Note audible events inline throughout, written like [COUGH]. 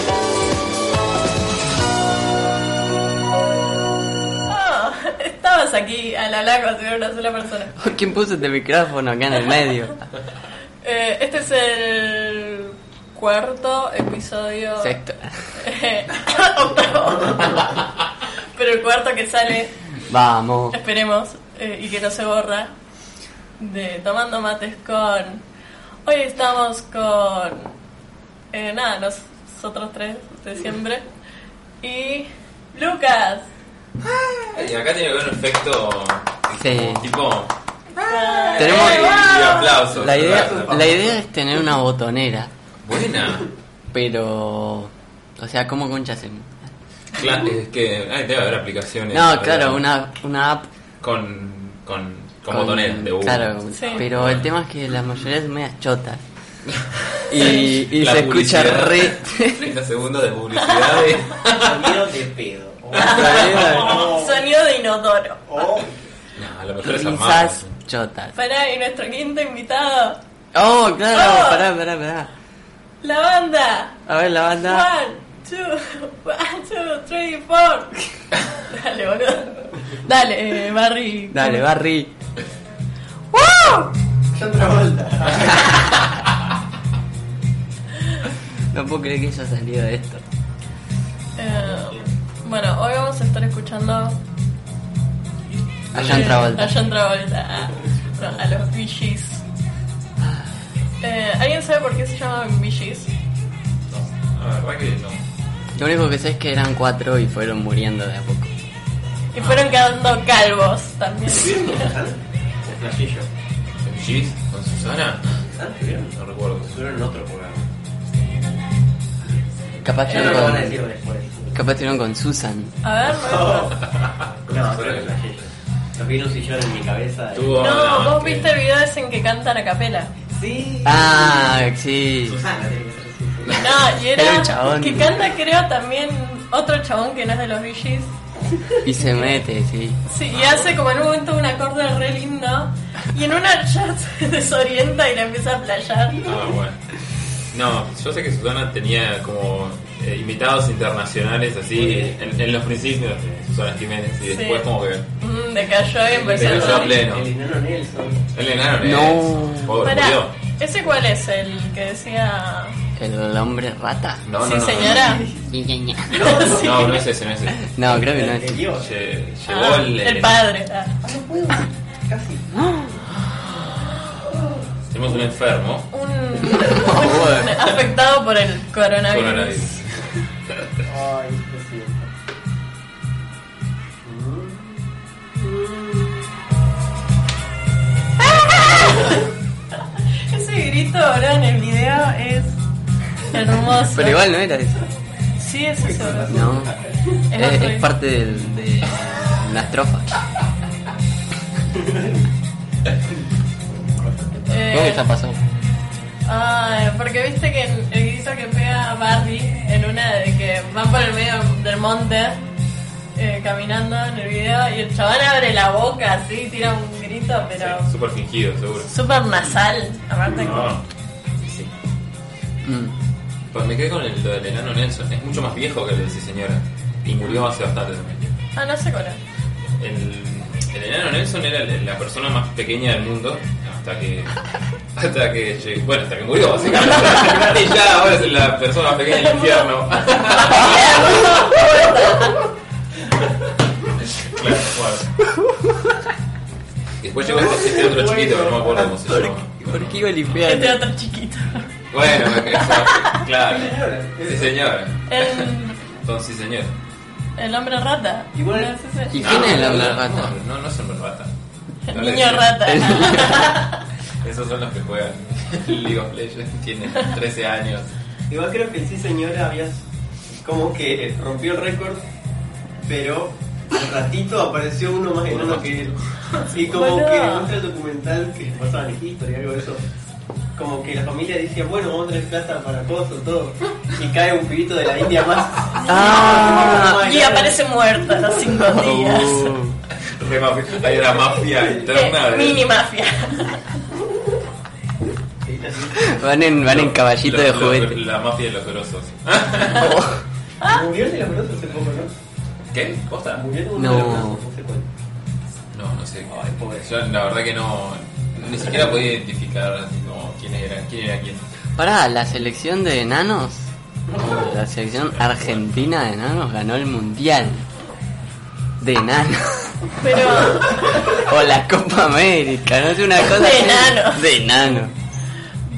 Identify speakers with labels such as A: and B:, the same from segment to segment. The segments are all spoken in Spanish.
A: [LAUGHS] Estabas aquí a la larga de una sola persona.
B: ¿Quién puso este micrófono acá en el medio?
A: Eh, este es el cuarto episodio.
B: Sexto.
A: Eh, [LAUGHS] octavo. Pero el cuarto que sale,
B: Vamos.
A: esperemos, eh, y que no se borra, de Tomando Mates con. Hoy estamos con. eh, nada, nosotros tres de siempre. Y. Lucas.
C: Y acá tiene que haber un efecto
B: Sí.
C: tipo
B: Tenemos-
C: y, y aplausos.
B: La idea,
C: ¿verdad?
B: la idea es tener una botonera,
C: buena.
B: pero... O sea, ¿cómo concha hacemos?
C: Eh, Claro, es que ay, debe haber aplicaciones.
B: Uh. No,
C: ¿verdad?
B: claro, una, una app...
C: con con con,
B: con-
C: botones de uno.
B: Claro,
A: Sí.
B: pero el tema es que la mayoría es medias
C: [LAUGHS]
B: chotas. Y, y
C: La
B: se escucha
C: publicidad,
B: re...
C: [LAUGHS] 30 segundos de publicidad. y-
D: Sonido de pedo. Oh.
A: Sonido de inodoro.
D: Oh.
C: No, a lo mejor es armado.
B: risas chotas.
A: Para y nuestro quinto invitado,
B: Oh, claro,
A: Oh.
B: pará, pará, pará.
A: la banda.
B: A ver, la banda...
A: One, two, one, two, three, four. Dale, boludo. Dale, eh, Barry.
B: Dale, Barry.
A: ¡Woo!
D: John Travolta.
B: No puedo creer que haya salido de esto.
A: Eh, bueno, hoy vamos a estar escuchando
B: A John
A: eh,
B: Travolta.
A: A John Travolta. a- no, a los Bee Gees. Eh, ¿Alguien sabe por qué se llaman Bee Gees?
C: No, la verdad que no.
B: Lo único que sé es que eran cuatro y fueron muriendo de a poco.
A: Y fueron quedando calvos también.
D: Flashillo.
C: ¿Con Gis? ¿Con Susana?
D: ¿Sabes? ¿Vieron?
C: No recuerdo.
D: Subieron en otro programa.
B: Capaz
D: Eso lo van a
B: tuvieron
D: decir después.
B: con, capaz tuvieron con Susan.
A: A ver,
D: Oh. No,
C: Susana.
D: pero es flashillo. Los virus y yo en mi cabeza. y-
C: Tuvo
A: no,
C: una-
A: vos viste videos en que cantan a capela.
D: Sí.
B: Ah, sí.
D: Susana tiene que ser, sí, sí.
A: No, y
B: Era
A: era
B: un chabón.
A: que canta creo también otro chabón que no es de los Bee Gees.
B: Y se mete, sí.
A: Sí, y
C: Ah,
A: hace como en un momento un acorde re lindo y en una ya [LAUGHS] se desorienta y la empieza a playar.
C: Ah, bueno. No, yo sé que Susana tenía como eh, invitados internacionales así en, en los principios, eh, Susana Jiménez, y
A: Sí.
C: después como que
A: Mm, decayó y empezó
C: Pero yo
A: a
C: a pleno.
D: El enano Nelson.
C: Él le ganaron
B: No.
C: es- Pobre,
A: Pará,
C: murió.
A: ¿ese cuál es? El que decía...
B: El hombre rata.
C: No,
A: sí,
C: no, no,
A: señora.
C: No, no, no es ese, no es ese.
A: [LAUGHS]
B: No, creo que no
D: El
B: es.
D: Dios.
C: Lle- llegó
A: Ah,
C: el,
A: el padre. ah.
D: Casi.
C: Tenemos un enfermo. [LAUGHS]
A: Un, un afectado por el coronavirus.
C: Coronavirus.
D: Ay, lo siento.
A: Ese grito ahora en el video es hermoso.
B: Pero igual no era eso.
A: Sí, es eso.
B: No.
A: Es
B: Es,
A: otro.
B: es parte del- de la estrofa.
A: Eh,
B: ¿Cómo que ya pasó?
A: Ay, porque viste que el, el grito que pega Barry en una de que van por el medio del monte eh, caminando en el video y el chabón abre la boca así, tira un grito, pero
C: Sí, Súper fingido, seguro.
A: súper nasal. Aparte,
C: No. Sí.
B: Mm.
C: Pues me quedé con el, lo del enano Nelson. Es mucho más viejo que el de sí señora. Y murió hace bastante también.
A: ah, no sé cuál es.
C: El, el enano Nelson era la- la persona más pequeña del mundo hasta
A: [LAUGHS]
C: que. Hasta que. llegó- Bueno, hasta que murió, básicamente. [LAUGHS] y ya ahora es la persona más pequeña del infierno. Claro, bueno. Después llegó este otro chiquito, que no me acuerdo cómo se llama.
B: ¿Por qué iba a
A: Este
B: limpiar?
A: otro chiquito.
C: Bueno, eso, claro. Sí, señora.
A: El,
C: Entonces, sí, señor.
A: el hombre rata.
D: Igual-
A: No sé si-
B: ¿Y quién es el hombre
C: no,
B: rata?
C: No, no, son los ratas.
A: el
C: No le
A: niño
C: decían.
A: [LAUGHS] rata.
C: Esos son los que juegan [LAUGHS] League of Legends, tienen 13 años.
D: Igual creo que el sí señora había como que rompió el récord, pero al ratito apareció uno más
C: Uno
D: enano
C: más.
D: que él. Y como
A: Boludo.
D: que en otro documental que pasaban en History, algo de eso, como que la familia decía, bueno, vamos a traer plata para cosas, todo. Y cae un pibito de la India más.
B: Ah.
A: y aparece muerta a los cinco días.
B: Oh.
C: Re mafia- Hay una mafia interna
A: Eh,
C: de...
A: mini mafia.
B: Van en, van en
C: Los-
B: caballito
C: los-
B: de
C: los-
B: juguete.
C: La mafia de los grosos. [LAUGHS]
B: Ah.
D: Murió el de la pelota hace poco, ¿no?
C: ¿Qué? ¿Posta?
D: Murió el
B: No.
D: de la pelota, no sé cuál.
C: No, no sé. Ay, pobre. Yo la verdad que no... Ni siquiera podía identificar así como quién era quién. Era quién.
B: Pará, la selección de enanos. La selección argentina de enanos ganó el mundial de enanos. [LAUGHS]
A: Pero
B: O la Copa América, no es una cosa.
A: De
B: así.
A: enanos.
B: De enano.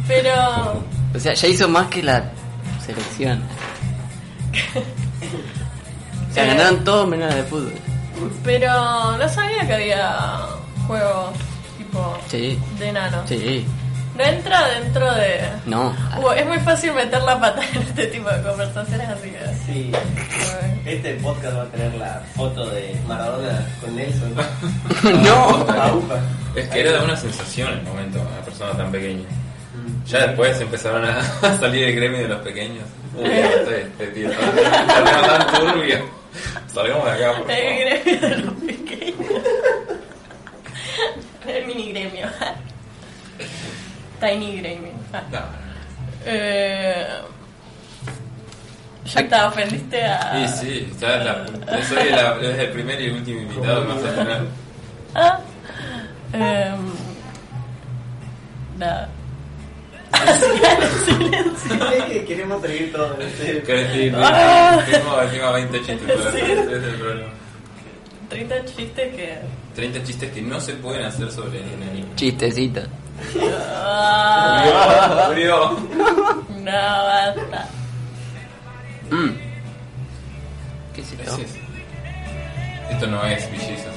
A: Pero
B: O sea, ya hizo más que la selección. O sea,
A: Eh.
B: ganaron todos menos la de fútbol.
A: pero no sabía que había juegos tipo
B: Sí.
A: de enanos.
B: Sí,
A: No entra dentro de.
B: no.
A: Uy, es muy fácil meter la pata en este tipo de conversaciones, así que.
D: Sí. [LAUGHS]
A: uy.
D: Este podcast va a tener la foto de Maradona con Nelson.
B: [LAUGHS] no.
D: A UPA.
C: Es que era una sensación en el momento, una persona tan pequeña. Ya después empezaron a [LAUGHS] a salir el gremio de los pequeños. Uy, ya, este, este tío, está tan Este turbio. Salgamos de acá, por
A: El
C: favor.
A: gremio de los pequeños. El mini gremio. Tiny gremio. Ah.
C: No.
A: Eh, ya te ofendiste a.
C: Y sí, ya es la- yo soy la- es el primer y último invitado que vas a tener.
A: Ah. Em, nada.
D: Es que queremos seguir todo.
C: Que decir,
A: Ah.
C: tengo encima 20 [LAUGHS] chistes, pero
A: Sí.
C: ese es el problema.
A: 30 chistes que.
C: 30 chistes que no se pueden hacer sobre el enanito.
B: Chistecito.
A: Ah,
C: Murió.
A: no, basta.
B: Mm. ¿Qué es esto?
C: Ese es- Esto no es belleza.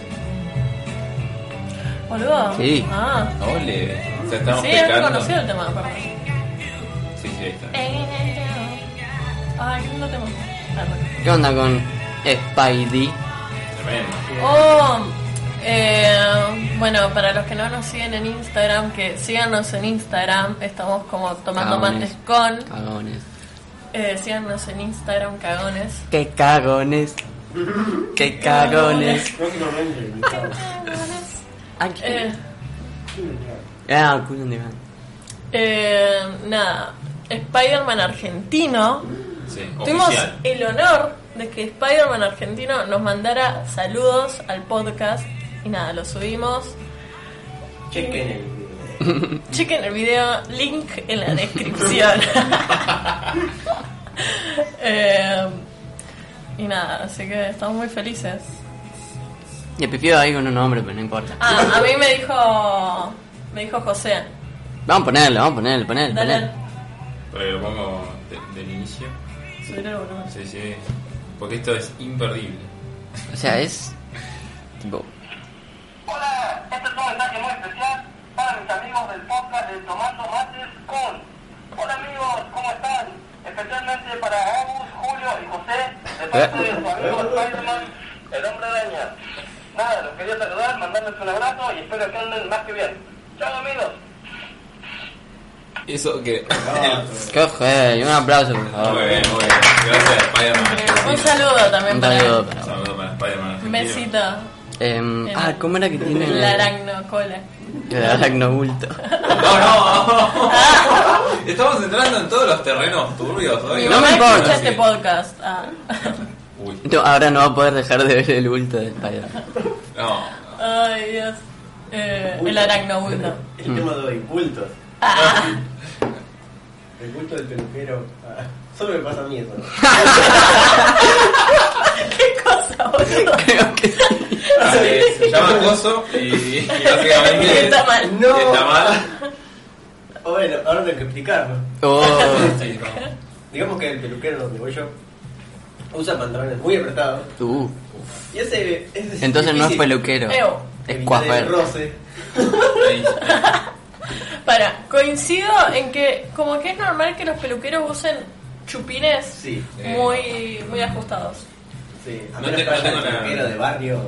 A: Boludo.
B: Sí.
A: Ah.
C: Ole, o sea, estamos
A: Sí, es
C: pecando.
A: conocido el tema, aparte.
C: Sí, sí, ahí está.
A: Eh. Ay, qué lindo tema. Ah, bueno.
B: ¿Qué onda con Spidey?
C: Tremendo.
A: Oh, eh, bueno, para los que no nos siguen en Instagram, que síganos en Instagram. Estamos como tomando
B: Cagones.
A: mates con.
B: Cagones.
A: Eh, síganos en Instagram,
B: [LAUGHS]
A: cagones.
B: ¡Qué cagones! ¡Qué cagones!
D: Próximamente invitado.
B: Aquí.
A: Eh,
B: Ah, culo de van.
A: eh, nada, Spider-Man argentino.
C: Sí,
A: Tuvimos
C: oficial.
A: el honor de que Spider-Man argentino nos mandara saludos al podcast. Y nada, lo subimos.
D: Chequen el video.
A: Chequen el video, link en la
B: [LAUGHS]
A: descripción. Eh, y nada, así que estamos muy felices.
B: Y el pipió ahí con un nombre, pero no importa.
A: Ah, a mí me dijo, me dijo José.
B: Vamos a ponerlo, vamos a ponerlo, ponerlo,
A: Dale,
B: ponerlo.
C: Para que lo pongo de- del inicio.
A: subir el volumen.
C: Sí, sí. Porque esto es imperdible.
B: O sea, es. Tipo.
E: Hola, este es un mensaje muy especial para mis amigos del podcast de Tomando Mates con. Hola amigos, ¿cómo están? Especialmente para Agus, Julio y José, de parte de su amigo Spider-Man, el hombre araña. Nada, los quería saludar, mandarles un abrazo y espero que anden más que bien. Chao amigos.
C: Eso que.
B: ¡Qué ojo! Y un aplauso, por
C: Ah. muy
B: favor.
C: bien, muy bien. Gracias, Spider-Man.
A: Un saludo también
B: Un
A: para
B: saludo
C: Un
B: para vos.
C: saludo para
A: besito.
B: Em,
A: El-
B: ah, ¿cómo era que tiene?
A: El aracnocola.
B: El aracnobulto.
C: No, no. Estamos entrando en todos los terrenos turbios hoy.
B: No me importa.
A: escucha este podcast. Ah.
B: [LAUGHS]
C: Uy,
B: No, ahora no va a poder dejar de ver el bulto de Spider.
C: no.
A: Ay, Dios. Eh, el aracnobulto.
D: El tema de hoy, bultos.
A: Ah.
D: El bulto del peluquero. Ah, solo me pasa a mí eso.
A: [LAUGHS] ¿Qué cosa, boludo?
B: Creo que [LAUGHS] sí.
C: Ah, eh, se
A: [LAUGHS]
C: llama Coso y, y
A: Y
B: [LAUGHS]
C: básicamente
A: está mal.
D: No.
C: Está mal.
D: O bueno, ahora tengo que explicarlo.
B: Oh,
C: Sí, no.
D: Digamos que el peluquero donde voy yo usa pantalones muy apretados.
B: tú.
D: Y ese, ese
B: Entonces no es peluquero.
A: Ew.
B: Es
D: Evitar el
B: coafer.
D: roce.
C: Ahí.
A: Para, coincido en que como que es normal que los peluqueros usen chupines
D: Sí.
A: muy, muy ajustados.
D: Sí, a
C: No
D: menos
C: te-
D: que
C: no
D: haya
C: tengo
D: un
C: nada.
D: peluquero de barrio,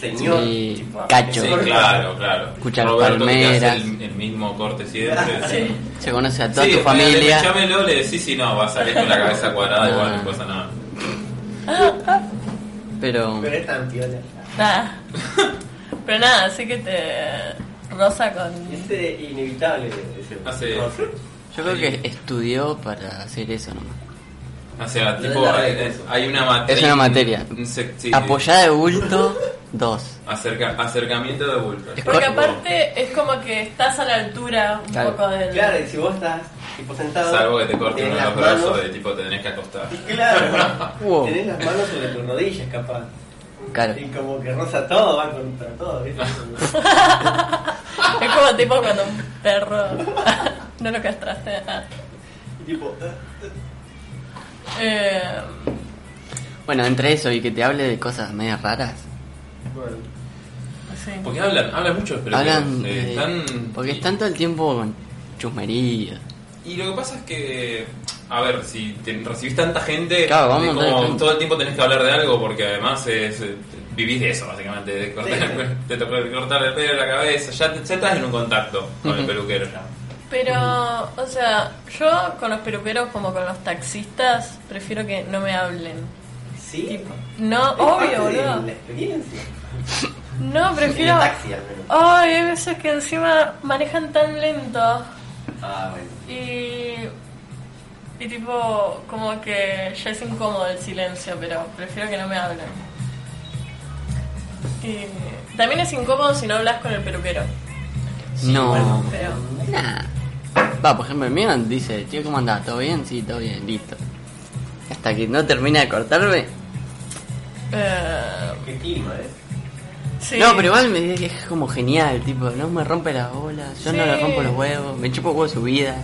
D: señor.
B: Sí,
C: Sí,
B: cacho.
C: claro, claro.
B: Escuchar
C: Roberto que hace
B: palmeras.
C: El, el mismo corte siempre.
D: Ah,
A: Sí.
B: Se conoce a toda
C: Sí,
B: tu
C: espérate,
B: familia. Ah.
C: Llámelo, le decís si no, va a salir con la cabeza cuadrada
B: No.
C: igual, no pasa nada.
B: Pero.
D: Pero es tan piola.
A: Nada. Pero nada, así que te rosa
D: Y
A: con...
D: ese Este inevitable. Ese
C: Ah, sí.
D: roce.
B: Yo creo que estudió para hacer eso nomás.
C: O sea,
D: Lo de
C: tipo,
D: la
C: hay,
D: red.
C: es- hay una materia.
B: Es una materia.
C: un sec- sí,
B: Apoyada de bulto, dos.
C: acerca- acercamiento de bulto.
B: Es
A: Porque
B: Correcto.
A: aparte es como que estás a la altura un
B: Claro.
A: poco del...
D: Claro, y si vos estás tipo sentado.
C: Salvo que te corte uno
D: tenés
C: de los
D: las
C: brazos
D: manos-
C: de tipo te tenés que acostar.
B: [LAUGHS]
D: Claro.
B: Wow.
D: Tenés las manos sobre tus rodillas, capaz.
B: Claro.
D: Y como que roza todo, va contra todo, ¿viste?
A: Es como tipo cuando un perro... [LAUGHS] no lo castraste. ah.
D: Y tipo. eh,
A: Eh,
B: Bueno, entre eso y que te hable de cosas medias raras.
D: bueno.
A: sí.
C: Porque hablan, hablan mucho, pero
B: Hablan.
C: eh,
B: de-
C: están-
B: Porque están todo el tiempo con chusmerías.
C: Y lo que pasa es que, a ver, si te- recibís tanta gente,
B: Claro, vamos
C: es
B: a hablar de
C: como
B: gente.
C: todo el tiempo tenés que hablar de algo, porque además es, eh, vivís de eso, básicamente, de cortar,
D: Sí.
C: de to- cortar el pelo, la cabeza, ya, te- ya estás en un contacto con el
B: Ujú.
C: peluquero. ya.
A: Pero, o sea, yo con los peluqueros como con los taxistas prefiero que no me hablen.
D: Sí.
A: No,
D: Es parte
A: obvio,
D: de
A: boludo.
D: La experiencia.
A: No,
D: En
A: prefiero...
D: el taxi, al menos.
A: Ay, hay veces que encima manejan tan lento
D: Ah, bueno.
A: y... Y tipo, como que ya es incómodo el silencio, pero prefiero que no me hablen. Y también es incómodo si no hablas con el peluquero,
B: no.
A: pero...
B: Nah. Va, por ejemplo, el mío dice, tío, ¿cómo andás? ¿Todo bien? Sí, todo bien, listo. Hasta que no termina de cortarme.
A: eh,
D: Qué clima, ¿eh?
A: sí.
B: No, pero igual me dice que es como genial, tipo, no me rompe las bolas, yo no le
A: Sí.
B: rompo los huevos, me chupo huevo su vida.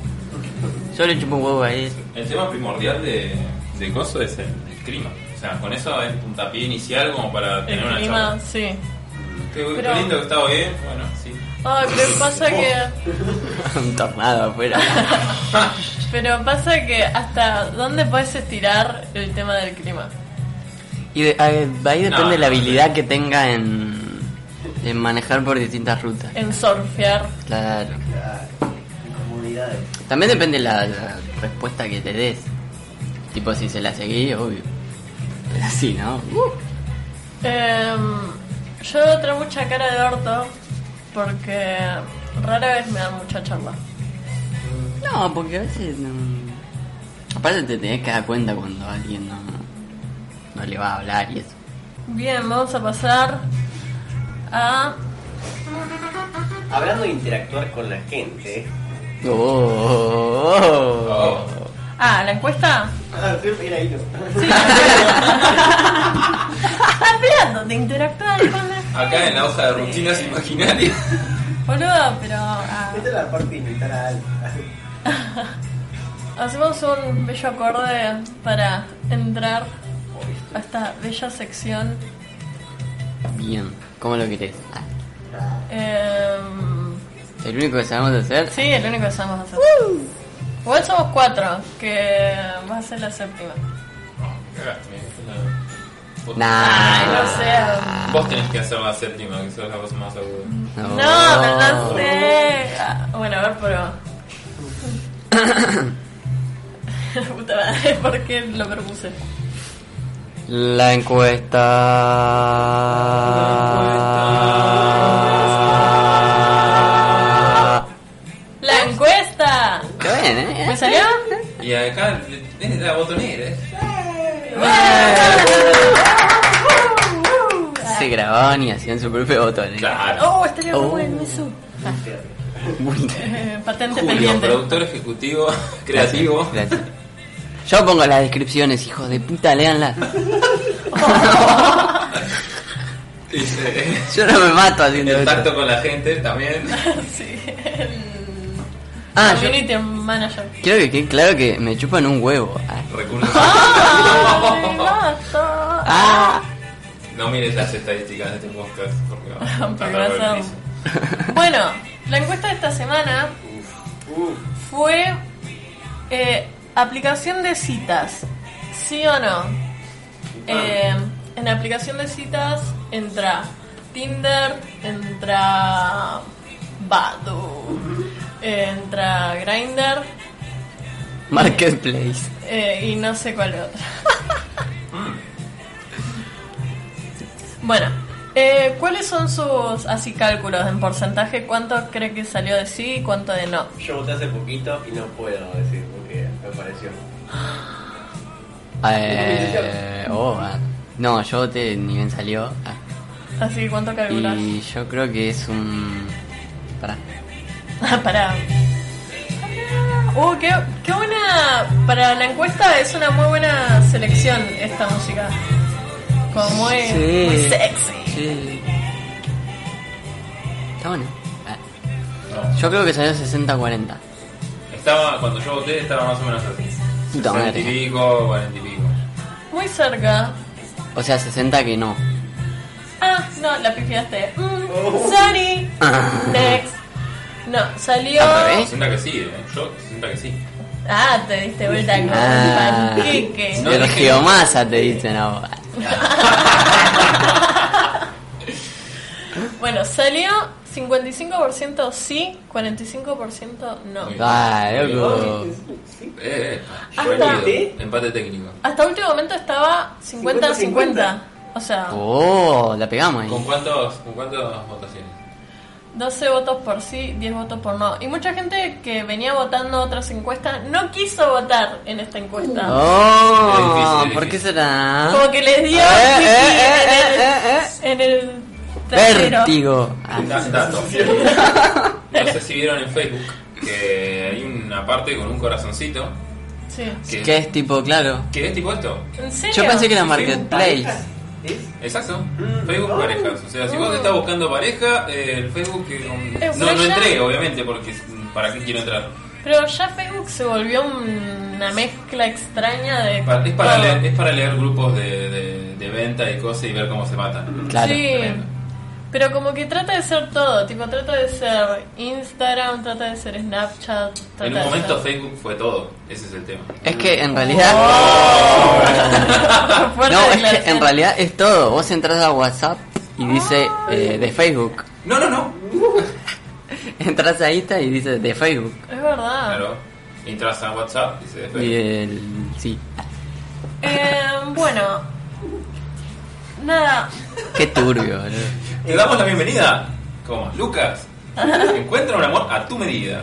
B: Yo le chupo un huevo a él.
C: El tema primordial de, de Coso es el, el clima. O sea, con eso es puntapié inicial como para tener
A: El
C: una
A: clima,
C: charla.
A: sí.
C: Qué, qué
A: Pero-
C: lindo que estaba bien, bueno, sí.
A: Ay, pero pasa que...
B: [LAUGHS] un tornado afuera.
A: Pero pasa que hasta dónde puedes estirar el tema del clima.
B: Y de- a- ahí depende
C: No,
B: de la
C: no,
B: habilidad que tenga en, en manejar por distintas rutas.
A: En surfear.
B: Claro.
D: La incomodidad.
B: También depende la, la respuesta que te des. Tipo, si se la seguí, obvio. Pero así, ¿no? uh,
A: Em, yo traigo mucha cara de orto porque rara vez me dan mucha charla.
B: No, porque a veces... no- Aparte te tenés que dar cuenta cuando alguien no, no le va a hablar y eso.
A: Bien, vamos a pasar a...
D: Hablando de interactuar con la gente. ¿eh?
B: Oh, oh, oh.
A: Ah, ¿la encuesta?
D: Ah, sí, era hilo.
A: Sí. Hablando de interactuar con la...
C: Acá en la hoja de
A: [LAUGHS]
C: rutinas imaginarias.
A: Boludo, pero... ah,
D: Esta es la parte de invitar a alguien.
A: Hacemos un bello acorde para entrar a esta bella sección
C: Oh.
B: Bien, ¿cómo lo querés? Ah,
A: Em,
B: el único que sabemos hacer...
A: sí, el único que sabemos hacer. Igual somos cuatro, que va a ser la séptima. Ay,
B: Nah.
A: no sé.
C: Vos tenés que hacer la séptima, que sos la voz más aguda.
A: No, no, no sé. Ah, Bueno, a ver, [COUGHS] pero. Puta madre, ¿por qué lo propuse?
B: La encuesta.
A: ¡La encuesta!
B: Qué bien, ¿eh?
A: ¿Me salió?
C: Y acá es la botonera, ¿eh?
B: Se grababan y hacían su propio botón. ¿eh?
C: Claro.
A: ¡Oh, estaría muy
B: Oh.
A: bueno eso! Ah, eh, patente
C: Julio,
A: pendiente.
C: productor ejecutivo, [LAUGHS]
B: [LAUGHS]
C: creativo.
B: Gracias. Yo pongo las descripciones, hijos de puta, leanlas.
C: Dice,
B: Yo no me mato haciendo
C: el
B: esto.
C: tacto con la gente también.
A: [LAUGHS] Sí. el
B: Ah, yo
A: Community
B: [LAUGHS]
A: manager.
B: quiero que quede claro que me chupan un huevo. Ah.
C: Recursos.
A: [LAUGHS] ¡Ay, basta!
B: Ah.
C: No mires las estadísticas de este podcast porque vas a
A: Porque
C: andar
A: vas a-
C: por el piso.
A: [LAUGHS] Bueno, la encuesta de esta semana fue eh, aplicación de citas, ¿sí o no? Eh, en la aplicación de citas entra Tinder, entra Badu, entra Grindr
B: Marketplace.
A: eh, y no sé cuál
B: [LAUGHS]
A: otra. bueno, eh, ¿cuáles son sus así cálculos en porcentaje? ¿Cuánto cree que salió de sí y cuánto de no?
D: Yo voté hace poquito y no puedo decir porque me pareció.
B: Eh, oh, ah. No, yo voté, ni bien salió. Ah.
A: Así que ¿cuánto calculas?
B: Y yo creo que es un... Pará.
A: [LAUGHS] Ah, Pará. Uh, qué, qué buena. Para la encuesta es una muy buena selección esta música. Como muy,
B: Sí.
A: muy sexy.
B: Sí. Está bueno. Ah.
C: No.
B: Yo creo que salió 60-40.
C: Estaba, cuando yo voté estaba más o menos así.
B: Puta madre.
C: 60 y pico, 40 y pico.
A: Muy cerca.
B: O sea, 60 que no.
A: Ah, no, la pifiaste. Mm,
B: Oh.
A: Sorry.
B: Ah.
A: Next. No, salió.
B: Al revés. ¿Eh?
C: 60 que sí, ¿eh? Yo 60 que sí. Eh,
A: Ah, te diste vuelta con
B: Ah,
A: panqueque.
C: No,
B: el
C: dije-
B: geomasa te dicen ahora.
A: Bueno, salió 55% sí, 45% no.
C: Muy bien.
B: Ah, loco.
C: Eh, eh.
A: Ah,
C: yo he
A: está.
C: leído. Empate técnico.
A: Hasta último momento estaba 50-50. O sea,
B: Oh, la pegamos ahí.
C: ¿Con cuántos, con cuántas votaciones?
A: 12 votos por sí, 10 votos por no. Y mucha gente que venía votando otras encuestas no quiso votar en esta encuesta.
B: Oh,
C: Es difícil, es
B: ¿por qué
C: difícil.
B: será?
A: Como que les dio
B: Eh,
A: pipí
B: eh,
A: en el-
B: eh, eh, eh.
A: en el trasero.
B: Vértigo. Ah,
C: Da- dato. No sé si vieron en Facebook que hay una parte con un corazoncito
A: Sí.
C: que,
B: que es tipo, claro.
C: que es tipo esto.
A: ¿En serio?
B: Yo pensé que era
C: Sí,
B: Marketplace.
D: ¿Es?
C: Exacto. Facebook parejas. O sea, si vos te estás buscando pareja, eh, el Facebook... eh,
A: Eh,
C: no, no
A: ya-
C: entré, obviamente, porque mm, ¿para qué quiero entrar?
A: Pero ya Facebook se volvió una mezcla extraña de.
C: Pa- Es para,
A: todo.
C: leer, ¿eh? es para leer grupos de, de- de venta y cosas y ver cómo se matan.
B: Claro.
A: Sí.
C: Tremendo.
A: Pero como que trata de ser todo, tipo trata de ser Instagram, trata de ser Snapchat, trata
C: En
A: de
C: un momento
A: [LAUGHS] ser...
C: Facebook fue todo. Ese es el tema.
B: Es que en realidad.
C: Oh.
B: [LAUGHS]
C: [LAUGHS]
A: Fuerte
B: No, es que
A: declaración. Ah.
B: en realidad es todo. Vos entras a WhatsApp y dice eh, de Facebook. [LAUGHS]
C: No, no, no.
B: Entras a Insta y dice de Facebook.
A: Es verdad.
C: Claro. Entras a WhatsApp y se ve
B: Y
C: Facebook.
B: el. Sí.
A: Eh, bueno. Nada.
B: Qué turbio, boludo.
C: Te damos la bienvenida. Como Lucas. Encuentra un amor a tu medida.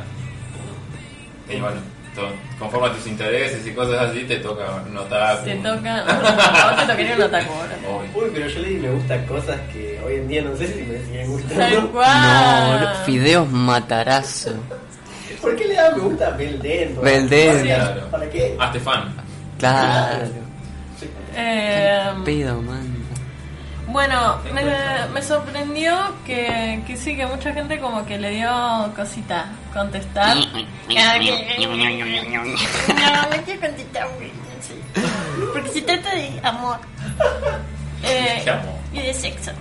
C: Y bueno, to- conforme a tus intereses y cosas así, te toca notar.
A: Se
C: [LAUGHS]
A: toca. A vos te tocaría un ataque ahora.
D: [LAUGHS] Uy, pero yo le di me gusta cosas que hoy en día no sé si me siguen
A: Tal
D: gustando.
B: No, boludo.
A: cual.
B: Fideos matarazo.
D: ¿Por qué le da me gusta a Belden? bro?
B: Belden.
C: Claro.
D: ¿Para qué?
A: Ah,
C: Hazte fan.
B: Claro.
A: Eh,
B: Pedo, man.
A: bueno, me, me sorprendió que, que sí, que mucha gente como que le dio cosita contestar.
B: Mm,
A: Ah, que- eh, No, no quiero contestar, güey, sí. Porque se trata de [LAUGHS] amor. Eh,
C: Te amo.
A: y de sexo.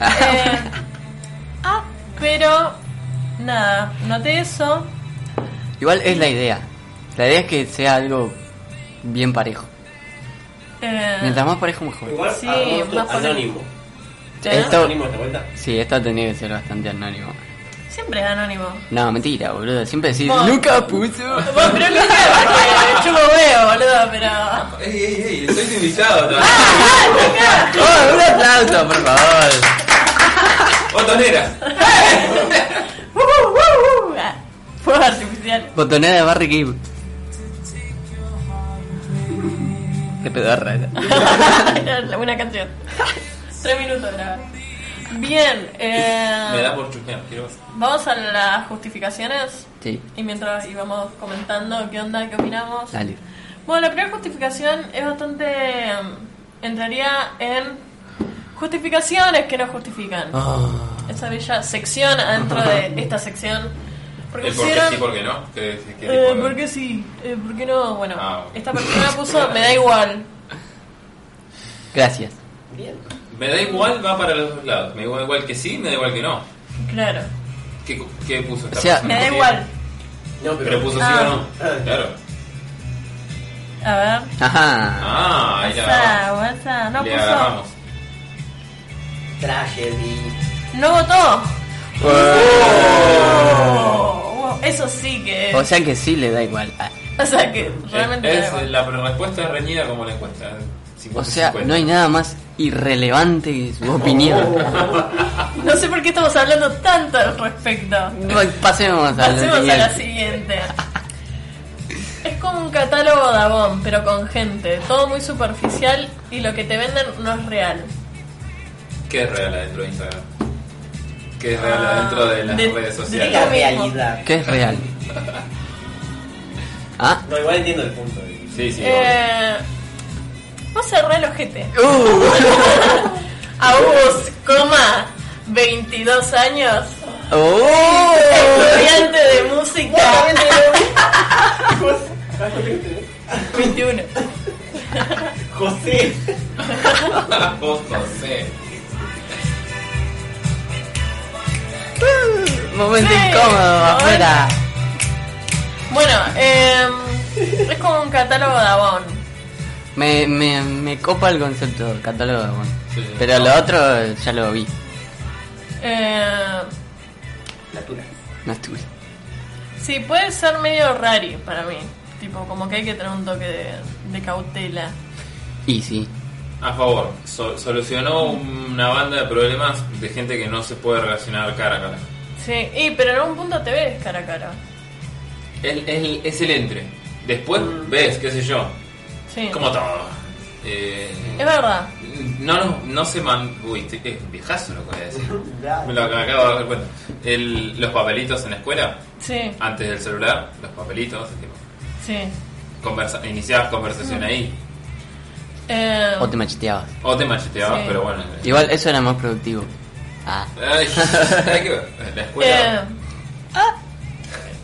A: Eh, ah, pero nada, noté eso.
B: Igual es la idea. La idea es que sea algo bien parejo.
A: Eh,
B: Mientras más parejo, mejor.
D: Igual
A: Sí,
D: a voto
A: más por-
D: anónimo.
A: ¿eh?
B: Esto,
D: Anónimo, ¿te cuenta?
B: sí, esto tenía que ser bastante anónimo.
A: Siempre es anónimo.
B: No, mentira, boludo. Siempre decís,
A: Vos.
B: nunca puso.
A: Bueno, pero que sea, porque chupo huevo, boludo, pero. [LAUGHS]
C: ¡Ey, ey, ey! ¡Soy tu invitado! ¿no?
B: Oh, un aplauso, por favor.
C: ¡Botonera!
A: Uh, uh, uh, ah, Fuego artificial. [LAUGHS]
B: Botonera de Barry Gibb. Qué pedorra era.
A: Era Una canción. Tres minutos era. Bien,
C: Me da
A: eh,
C: por chupear, quiero.
A: vamos a las justificaciones.
B: Sí,
A: Y mientras íbamos comentando qué onda, qué opinamos.
B: dale.
A: Bueno, la primera justificación es bastante. mm, entraría en justificaciones que no justifican.
B: Ah.
A: Esa bella sección adentro de esta sección. Porque
C: El por qué
A: pusieron.
C: sí, por qué no. ¿Qué, qué, qué
A: eh,
C: tipo de-
A: ¿Por qué sí? Eh, ¿Por qué no? Bueno,
C: Ah, ok.
A: esta persona puso me da igual.
B: Gracias.
C: Me da igual, va para los dos lados. Me da igual que sí, me da igual que no.
A: Claro.
C: ¿Qué, qué puso esta
B: O sea,
A: Me
C: persona?
A: da
C: Sí.
A: igual.
D: No,
C: Pero puso sí o
A: Ah.
C: no. Claro.
A: A ver.
B: Ajá.
C: Ah, ahí la
A: WhatsApp, WhatsApp. No
C: Le
A: puso.
C: agarramos.
D: Tragedy.
A: No votó.
C: Eh. Pues,
B: Oh.
A: Oh, Eso sí que.
B: O sea que sí le da igual. Ah.
A: O sea que realmente. me da
C: Eh, Es,
A: igual.
C: la respuesta es reñida como la encuesta. eh, 50,
B: O sea,
C: 50.
B: no hay nada más irrelevante que su opinión.
A: No sé por qué estamos hablando tanto al respecto.
B: Bueno, Pasemos a la
A: Pasemos a la
B: siguiente.
A: siguiente. Es como un catálogo de Avon, pero con gente. Todo muy superficial y lo que te venden no es real.
C: ¿Qué es real adentro de Instagram? ¿Qué es real
A: Ah,
C: adentro de las
A: de-
C: redes
A: de
C: sociales?
D: La
A: Lo mismo.
D: realidad.
B: ¿Qué es real? ¿Ah?
D: No, igual entiendo el punto. eh.
C: Sí, sí.
A: Eh, vos cerrá el ojete.
B: Uh.
A: A vos, coma, 22 años,
B: [LAUGHS] Oh.
A: estudiante de música. 21. [LAUGHS]
D: José.
C: obvio. [LAUGHS] Vos no sé.
B: Momento
A: Sí.
B: incómodo afuera.
A: Bueno, eh, es como un catálogo de Avon.
B: Me, me, me copa el concepto del catálogo. bueno.
C: Sí.
B: Pero lo otro ya lo vi.
A: Eh,
D: La tula.
B: No estuve.
A: sí, puede ser medio rari para mí. Tipo, como que hay que tener un toque de, de cautela.
B: Y sí.
C: A favor, so- solucionó una banda de problemas de gente que no se puede relacionar cara a cara.
A: Sí, y, pero en un punto te ves cara a cara.
C: El- el- es el entre. Después ves, qué sé yo.
A: Mm. Sí.
C: Como todo. Eh,
A: Es verdad.
C: no, no, no se man... Uy, te- eh, es un viejazo lo que voy a
A: [LAUGHS]
C: decir. Me lo me acabo de dar cuenta. El- los papelitos en la escuela,
A: Sí,
C: antes del celular, los papelitos, tipo,
A: sí.
C: conversa, iniciabas conversación
A: Mm.
C: ahí.
A: Eh,
B: O te macheteabas.
C: O te macheteabas,
A: Sí.
C: pero bueno. eh,
B: Igual eso era más productivo. Ah.
C: Ay, hay que ver. La
A: eh,
C: escuela.
A: ah.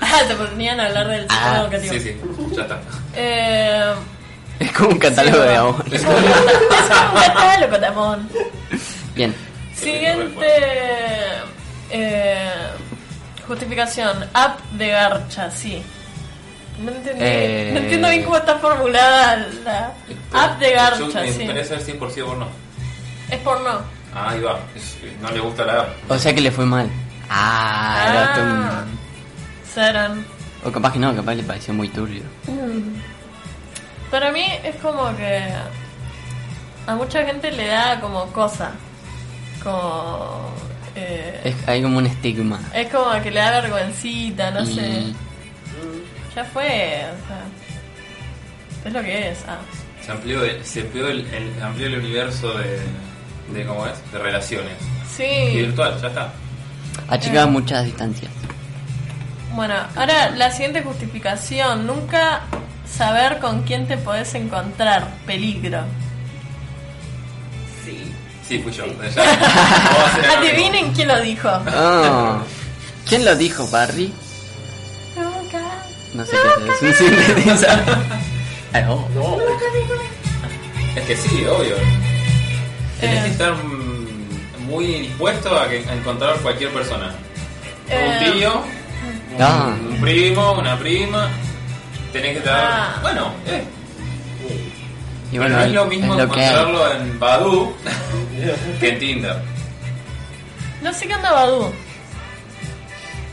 A: Ah, te ponían a hablar del sistema
B: Ah,
A: educativo.
C: sí, sí, ya está.
A: Eh,
B: Es como un catálogo
A: sí,
B: de
A: no. [LAUGHS]
B: amor.
A: Es como un catálogo de amor.
B: Bien.
A: Siguiente eh, justificación, app de garcha, sí. No, entendí,
B: Eh.
A: no entiendo bien cómo está formulada la [LAUGHS] app de
C: Yo-
A: garcha,
C: Me
A: sí.
C: interesa el 100% por no.
A: Es porno.
C: Ah, ahí va. Es- no le gusta la app.
B: O sea que le fue mal. Ah, era
A: Ah.
B: tum-
A: Saran.
B: O capaz que no, capaz le pareció muy turbio.
A: Para mí es como que a mucha gente le da como cosa. Como... eh, es,
B: Es, hay como un estigma.
A: como que le da vergüencita, no
B: Y-
A: sé. Ya fue. O sea, es lo que es. Ah.
C: Se amplió, el- se amplió, el, el- amplió el universo de, de. ¿Cómo es? De relaciones.
A: Sí.
C: Virtual, ya está.
B: Achicaba
A: Eh.
B: muchas distancias.
A: Bueno, ahora la siguiente justificación. Nunca saber con quién te podés encontrar. Peligro.
D: Sí.
C: Sí, fui
A: [LAUGHS]
C: yo. Ya. No va a ser anónimo.
A: Adivinen quién lo dijo.
B: Oh. ¿Quién lo dijo, Barry?
A: Nunca.
B: No sé qué es. Un sintetizador. Ay, [LAUGHS] oh.
D: No.
C: Es que sí, obvio. Tenés
A: Eh.
C: que estar mm, muy dispuesto a, que- a encontrar cualquier persona.
A: Eh.
C: Un tío, un,
B: Ah.
C: un primo, una prima. Tenés que estar.
A: Ah.
C: Bueno, eh.
B: Y
C: Pero no es lo mismo
B: es lo que hay.
C: encontrarlo en Badu [LAUGHS] que en Tinder.
A: No sé qué andaba Badu.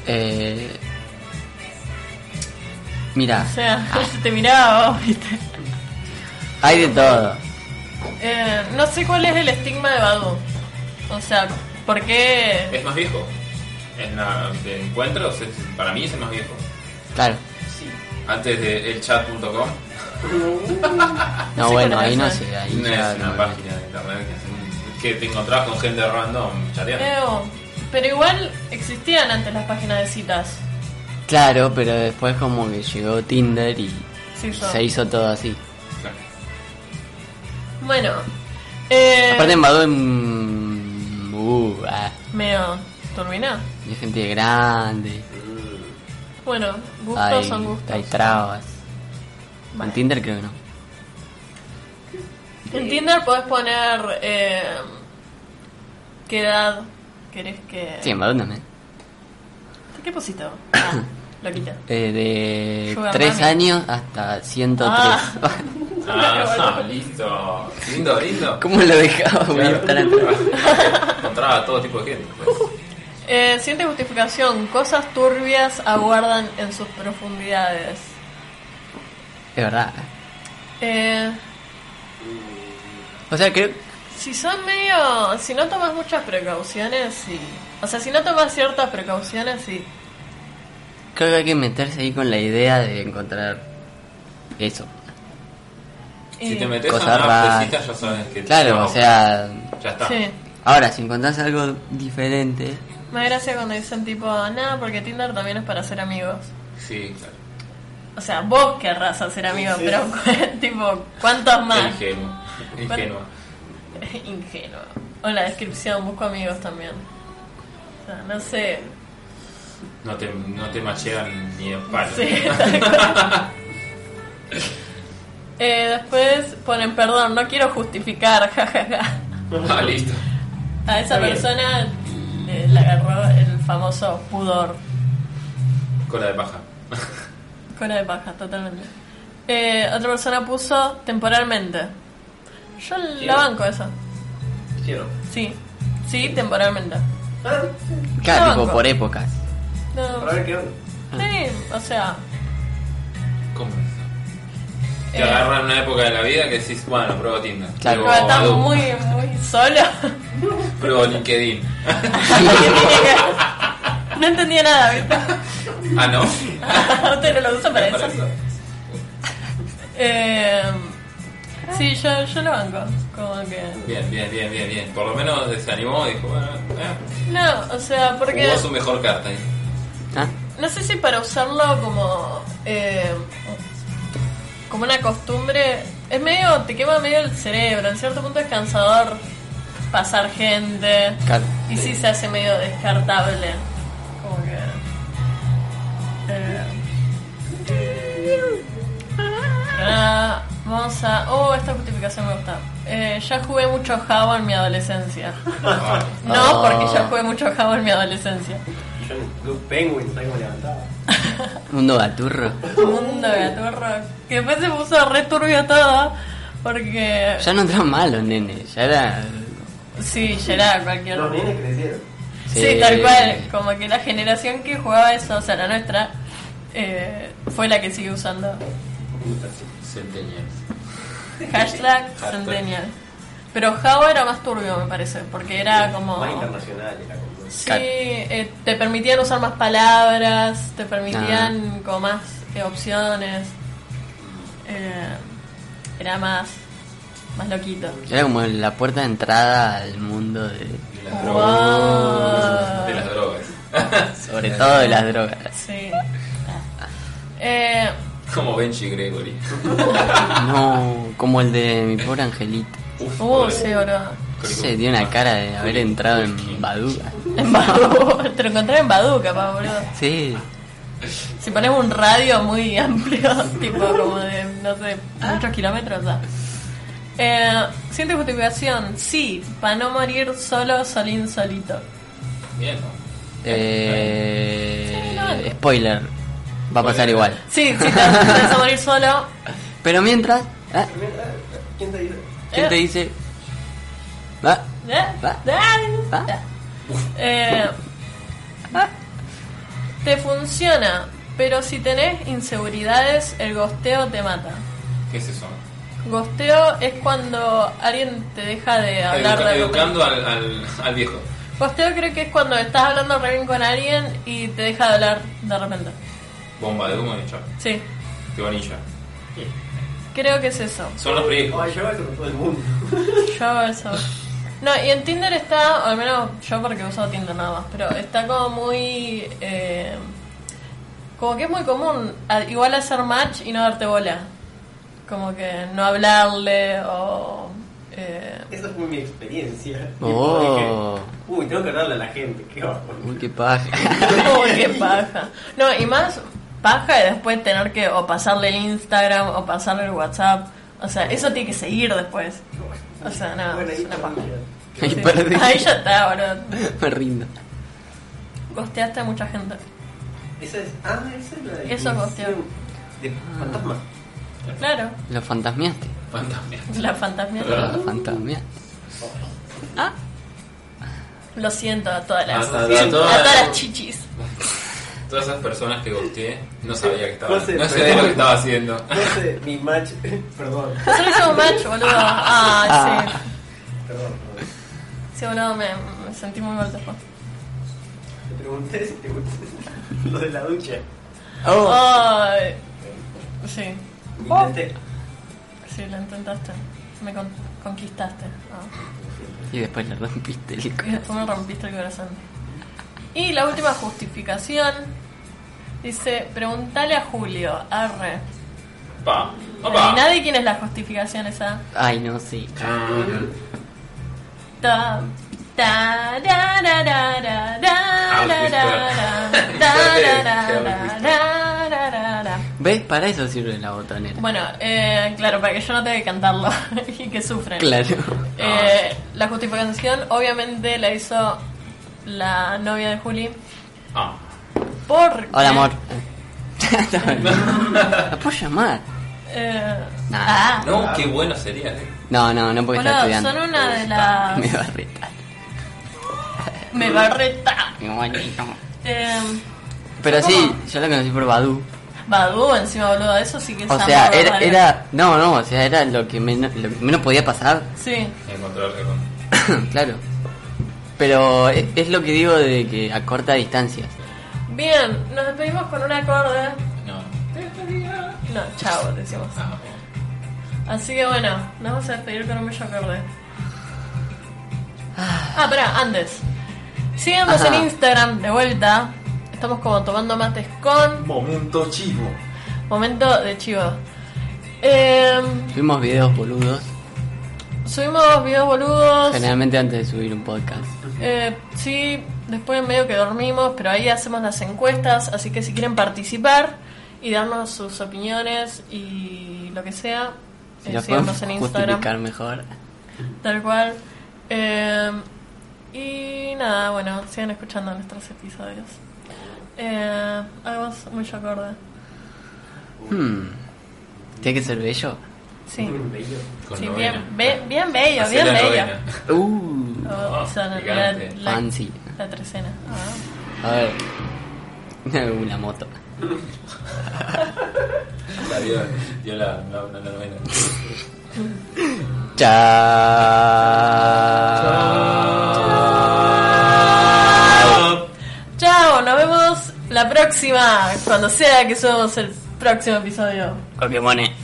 B: Eh, mira,
A: O sea, [LAUGHS] te miraba vos, viste.
B: hay de todo.
A: Eh, no sé cuál es el estigma de Badu. O sea, ¿por qué?
C: Es más viejo. En la, de encuentros, es- para mí es el más viejo.
B: Claro.
D: Sí.
C: Antes de elchat.com,
B: No,
A: sé
B: bueno,
A: cuál es
B: ahí no
A: esa.
B: sé. Ahí
C: no
B: ya
C: es
B: no-
C: una página de internet que, es un- que te encontrás con gente random chateando.
A: Creo. Pero igual existían antes las páginas de citas.
B: Claro, pero después como que llegó Tinder y
A: Sí, yo.
B: se hizo todo así.
C: Claro.
A: Bueno. Eh,
B: Aparte en Badoo en... Uh, ah,
A: Meo, ¿turbina?
B: y hay gente grande.
A: Bueno, gustos
B: Hay,
A: son gustos.
B: hay trabas.
A: Vale.
B: En Tinder creo que no.
A: En Tinder podés poner eh, qué edad querés que...
B: Sí, en Badoo también.
A: ¿Qué pusiste vos? Ah, [COUGHS] lo quité.
B: Eh, de
A: Sugar
B: 3
A: Mami.
B: años hasta 103.
A: Ah.
C: Ah, [LAUGHS] listo. Lindo, lindo.
B: [LAUGHS] ¿Cómo lo dejaba
C: Claro.
B: güey,
C: [LAUGHS]
B: tan atrás?
C: Encontraba todo tipo de gente. pues.
A: Eh, siguiente justificación. Cosas turbias aguardan en sus profundidades.
B: Es verdad.
A: Eh,
B: O sea, creo...
A: si son medio... Si no tomas muchas precauciones y... O sea, si no tomas ciertas precauciones y...
B: Creo que hay que meterse ahí con la idea de encontrar eso.
A: y-
C: Si te metes a
B: Cosas
C: una
B: raras.
C: pesita ya sabes que...
B: Claro,
C: no,
B: o sea...
C: Ya está.
A: Sí.
B: Ahora, si encontrás algo diferente,
A: Me da gracia cuando dicen tipo, nada, porque Tinder también es para ser amigos.
C: Sí, claro.
A: O sea, vos querrás hacer amigos,
D: Sí.
A: pero [LAUGHS] tipo, ¿cuántos
C: Qué
A: más?
C: ingenuo. Ingenuo.
A: Ingenuo. O en la descripción, busco amigos también. O sea, no sé.
C: No te, no te machean ni de palo.
A: Sí, [LAUGHS] tal cual. Eh, después ponen, perdón, no quiero justificar, [LAUGHS] jajaja.
C: [LAUGHS] Ah, listo.
A: A esa
C: Está bien.
A: persona eh, le, le agarró el famoso pudor.
C: Cola de paja.
A: Cola de paja, totalmente. Eh, otra persona puso temporalmente. Yo la
D: Quiero.
A: banco esa.
D: ¿Sí o no?
A: Sí, sí, temporalmente.
D: Ah, sí.
B: claro, tipo
A: banco.
B: por épocas.
A: No,
D: Para ver qué onda.
A: sí, o sea,
C: ¿Cómo es? Te
A: Eh.
C: agarran una época de la vida que decís, bueno, pruebo Tinder.
B: Claro.
C: Pruebo
A: cuando estamos
C: Badoo,
A: muy, muy solos.
C: Pruebo LinkedIn.
A: no entendía nada, ¿viste?
C: Ah, ¿no?
A: Usted no lo usa [LAUGHS]
C: [LAUGHS]
A: para eso. Eh, sí, yo, yo lo banco. Como que.
C: Bien, bien, bien, bien, bien. Por lo menos se animó y dijo, bueno, eh,
A: No, o sea, porque.
C: jugó su mejor carta ¿eh?
A: [LAUGHS]
C: ahí.
B: ¿Ah?
A: No sé si para usarlo como. eh, como una costumbre. Es medio. te quema medio el cerebro. En cierto punto es cansador pasar gente.
B: Claro.
A: Y sí se hace medio descartable. Como que. eh, ah, vamos a. Oh, esta justificación me gusta. Eh, ya jugué mucho jabo en mi adolescencia.
C: Ah,
A: No,
B: Ah.
A: porque ya jugué mucho jabo en mi adolescencia.
D: Yo en Club Penguin, ¿sabes cómo levantaba?
B: Mundo gaturro.
A: Mundo gaturro. Que después se puso re turbio todo. Porque.
B: Ya no entraban malos, nene. Ya era.
A: Sí, ya era cualquier.
D: Los nenes crecieron.
A: Sí,
B: eh,
A: tal cual. Como que la generación que jugaba eso, o sea, la nuestra, eh, fue la que sigue usando.
D: Puta, sí.
C: Centennials.
D: [LAUGHS]
A: Hashtag Centennial. Pero Java era más turbio, me parece, porque era como...
D: Más internacional era como.
A: [LAUGHS] Sí,
B: Claro.
A: eh, te permitían usar más palabras, te permitían como más eh, opciones. Eh, era más, más loquito.
B: Era como la puerta de entrada al mundo de.
C: De
A: Wow.
C: las drogas. De las
A: [LAUGHS]
C: drogas. [LAUGHS]
B: Sobre todo de las drogas.
A: Sí. Eh,
C: Como Benji Gregory.
B: No, como el de mi pobre angelito.
C: Uf,
A: uh,
C: pobre.
A: sí, boludo.
B: Se dio una cara de haber entrado en Baduga.
A: En Badoo. [LAUGHS] Te lo encontré en Badoo, capaz, boludo.
B: Sí,
A: Si pones un radio muy amplio, [LAUGHS] tipo como de, no sé, muchos kilómetros, ¿no? Eh, Siguiente justificación, sí, para no morir solo, solín, solito.
C: Bien.
B: eh, spoiler. Va a pasar igual.
A: Sí, sí, [LAUGHS] te vas a morir solo.
B: Pero mientras. ¿ah?
D: ¿Quién te dice?
B: ¿Quién te dice? ¿Ah?
A: Eh,
B: Va.
A: eh,
B: Va.
A: eh, Te funciona, pero si tenés inseguridades, el gosteo te mata.
C: ¿Qué es eso?
A: Gosteo es cuando alguien te deja de hablar
C: Educa-
A: de algo.
C: educando al, al, al viejo.
A: Gosteo creo que es cuando estás hablando re bien con alguien y te deja de hablar de repente.
C: Bomba de humo y chao.
A: Sí,
C: Qué bonilla.
A: creo que es eso.
C: Son los proyectos.
D: Ay, yo hago eso con todo el mundo. [LAUGHS]
A: Yo hago eso. No, y en Tinder está, o al menos yo porque uso Tinder nada más, pero está como muy... eh, como que es muy común, a- igual hacer match y no darte bola. Como que no hablarle o... eh, [LAUGHS]
D: Esa fue mi experiencia. Y
B: Oh.
D: dije, Uy, tengo que hablarle a la gente, qué bajón.
B: Uy,
A: [LAUGHS]
B: qué paja.
A: Uy, qué paja. No, y más paja de después tener que o pasarle el Instagram o pasarle el WhatsApp. O sea, eso tiene que seguir después. O sea, no,
D: Bueno,
A: es
D: ahí
A: una paja.
B: Ahí
A: Sí.
B: perdí.
A: Ahí ya está, boludo.
B: Me rindo.
A: Gosteaste a mucha gente.
D: Esa es. Ah, esa es la de.
A: Eso es cuestión.
D: De fantasma.
A: Claro,
B: Lo fantasmeaste.
C: Fantasma.
A: [LAUGHS] la fantasmía.
B: Lo fantasmeaste.
A: Ah. Lo siento a todas las,
C: A- a- a
A: a
C: todas-
A: todas las chichis.
C: Todas esas personas que gosteé no sabía que estaba.
D: No sé,
C: No
D: pero-
C: sé lo que estaba haciendo.
D: No sé, mi match. [LAUGHS] Perdón,
A: Nosotros hicimos match, boludo. Ah, sí.
D: perdón.
A: Sí, boludo, me, me sentí muy mal después.
D: Te pregunté si te gusta [LAUGHS] lo de la ducha.
B: Oh.
A: Ay. Sí. Oh.
D: Intenté.
A: Sí, lo intentaste. Me con- conquistaste. Ah. [LAUGHS]
B: Y después le rompiste el
A: Y
B: corazón.
A: después me rompiste el corazón. Y la última justificación. Dice, preguntale a Julio, arre.
C: Pa.
A: ¿Y
C: Opa.
A: nadie quién es la justificación esa?
B: Ay, no, sí.
A: Ta, ta, ra, ra, ra, ra, ra, ra, ra, ra, ra, ra, ra, ra, ra, ra.
B: ¿Ves? Para eso sirve la botonera.
A: Bueno, eh, claro, para que yo no tenga que cantarlo y que sufren.
B: Claro.
A: Eh, la justificación obviamente la hizo la novia de Juli.
C: Ah.
A: Porque, [LAUGHS]
B: Hola, amor. ¿La puedo llamar?
A: Eh,
B: Nah.
A: ah,
C: No, qué bueno sería. eh.
B: No, no, no porque está
A: boludo,
B: estudiando.
A: son una de las...
B: Me va a retar.
A: Me va a retar.
B: Mi bonito.
A: Eh,
B: Pero
A: ¿Cómo?
B: sí, yo la conocí por Badu.
A: Badu encima, boludo, eso sí que es
B: O
A: amor,
B: sea, era,
A: ¿verdad?
B: era. No, no, o sea, era lo que menos, lo que menos podía pasar.
A: Sí,
C: Encontrarse con.
B: [COUGHS] claro. Pero es, es lo que digo de que a corta distancia.
A: bien, nos despedimos con un acorde.
C: No.
A: No, chao, decimos.
C: Ah,
A: Así que bueno, nos vamos a despedir con un bello acorde. Ah, espera, antes. Síganos
B: Ajá.
A: en Instagram de vuelta. Estamos como tomando mates con
C: Momento chivo.
A: momento de chivo. Eh,
B: Subimos videos boludos,
A: subimos videos boludos.
B: generalmente antes de subir un podcast.
A: Eh, sí, después medio que dormimos, pero ahí hacemos las encuestas, así que si quieren participar y darnos sus opiniones y lo que sea,
B: Si
A: eh,
B: lo podemos
A: síganos en Instagram,
B: justificar mejor.
A: tal cual. Eh, y nada, bueno, sigan escuchando nuestros episodios. Eh, hagamos mucho acorde.
B: Hmm. ¿Tiene que ser bello?
A: Sí,
D: Bello.
C: Con
A: sí
C: novena.
A: bien, be- bien bello,
C: Hacer
A: bien
C: la
A: bello.
C: novena.
B: Uh,
C: [LAUGHS]
A: Oh, o sea, la- la,
C: Picante.
A: la-
B: fancy.
A: la trecena. Ah.
B: A ver. [LAUGHS] Una moto.
C: La dio, dio la, la, la novena.
A: [LAUGHS]
B: Chao.
A: Chao, nos vemos la próxima, cuando sea que subamos el próximo episodio.
B: Pokémones.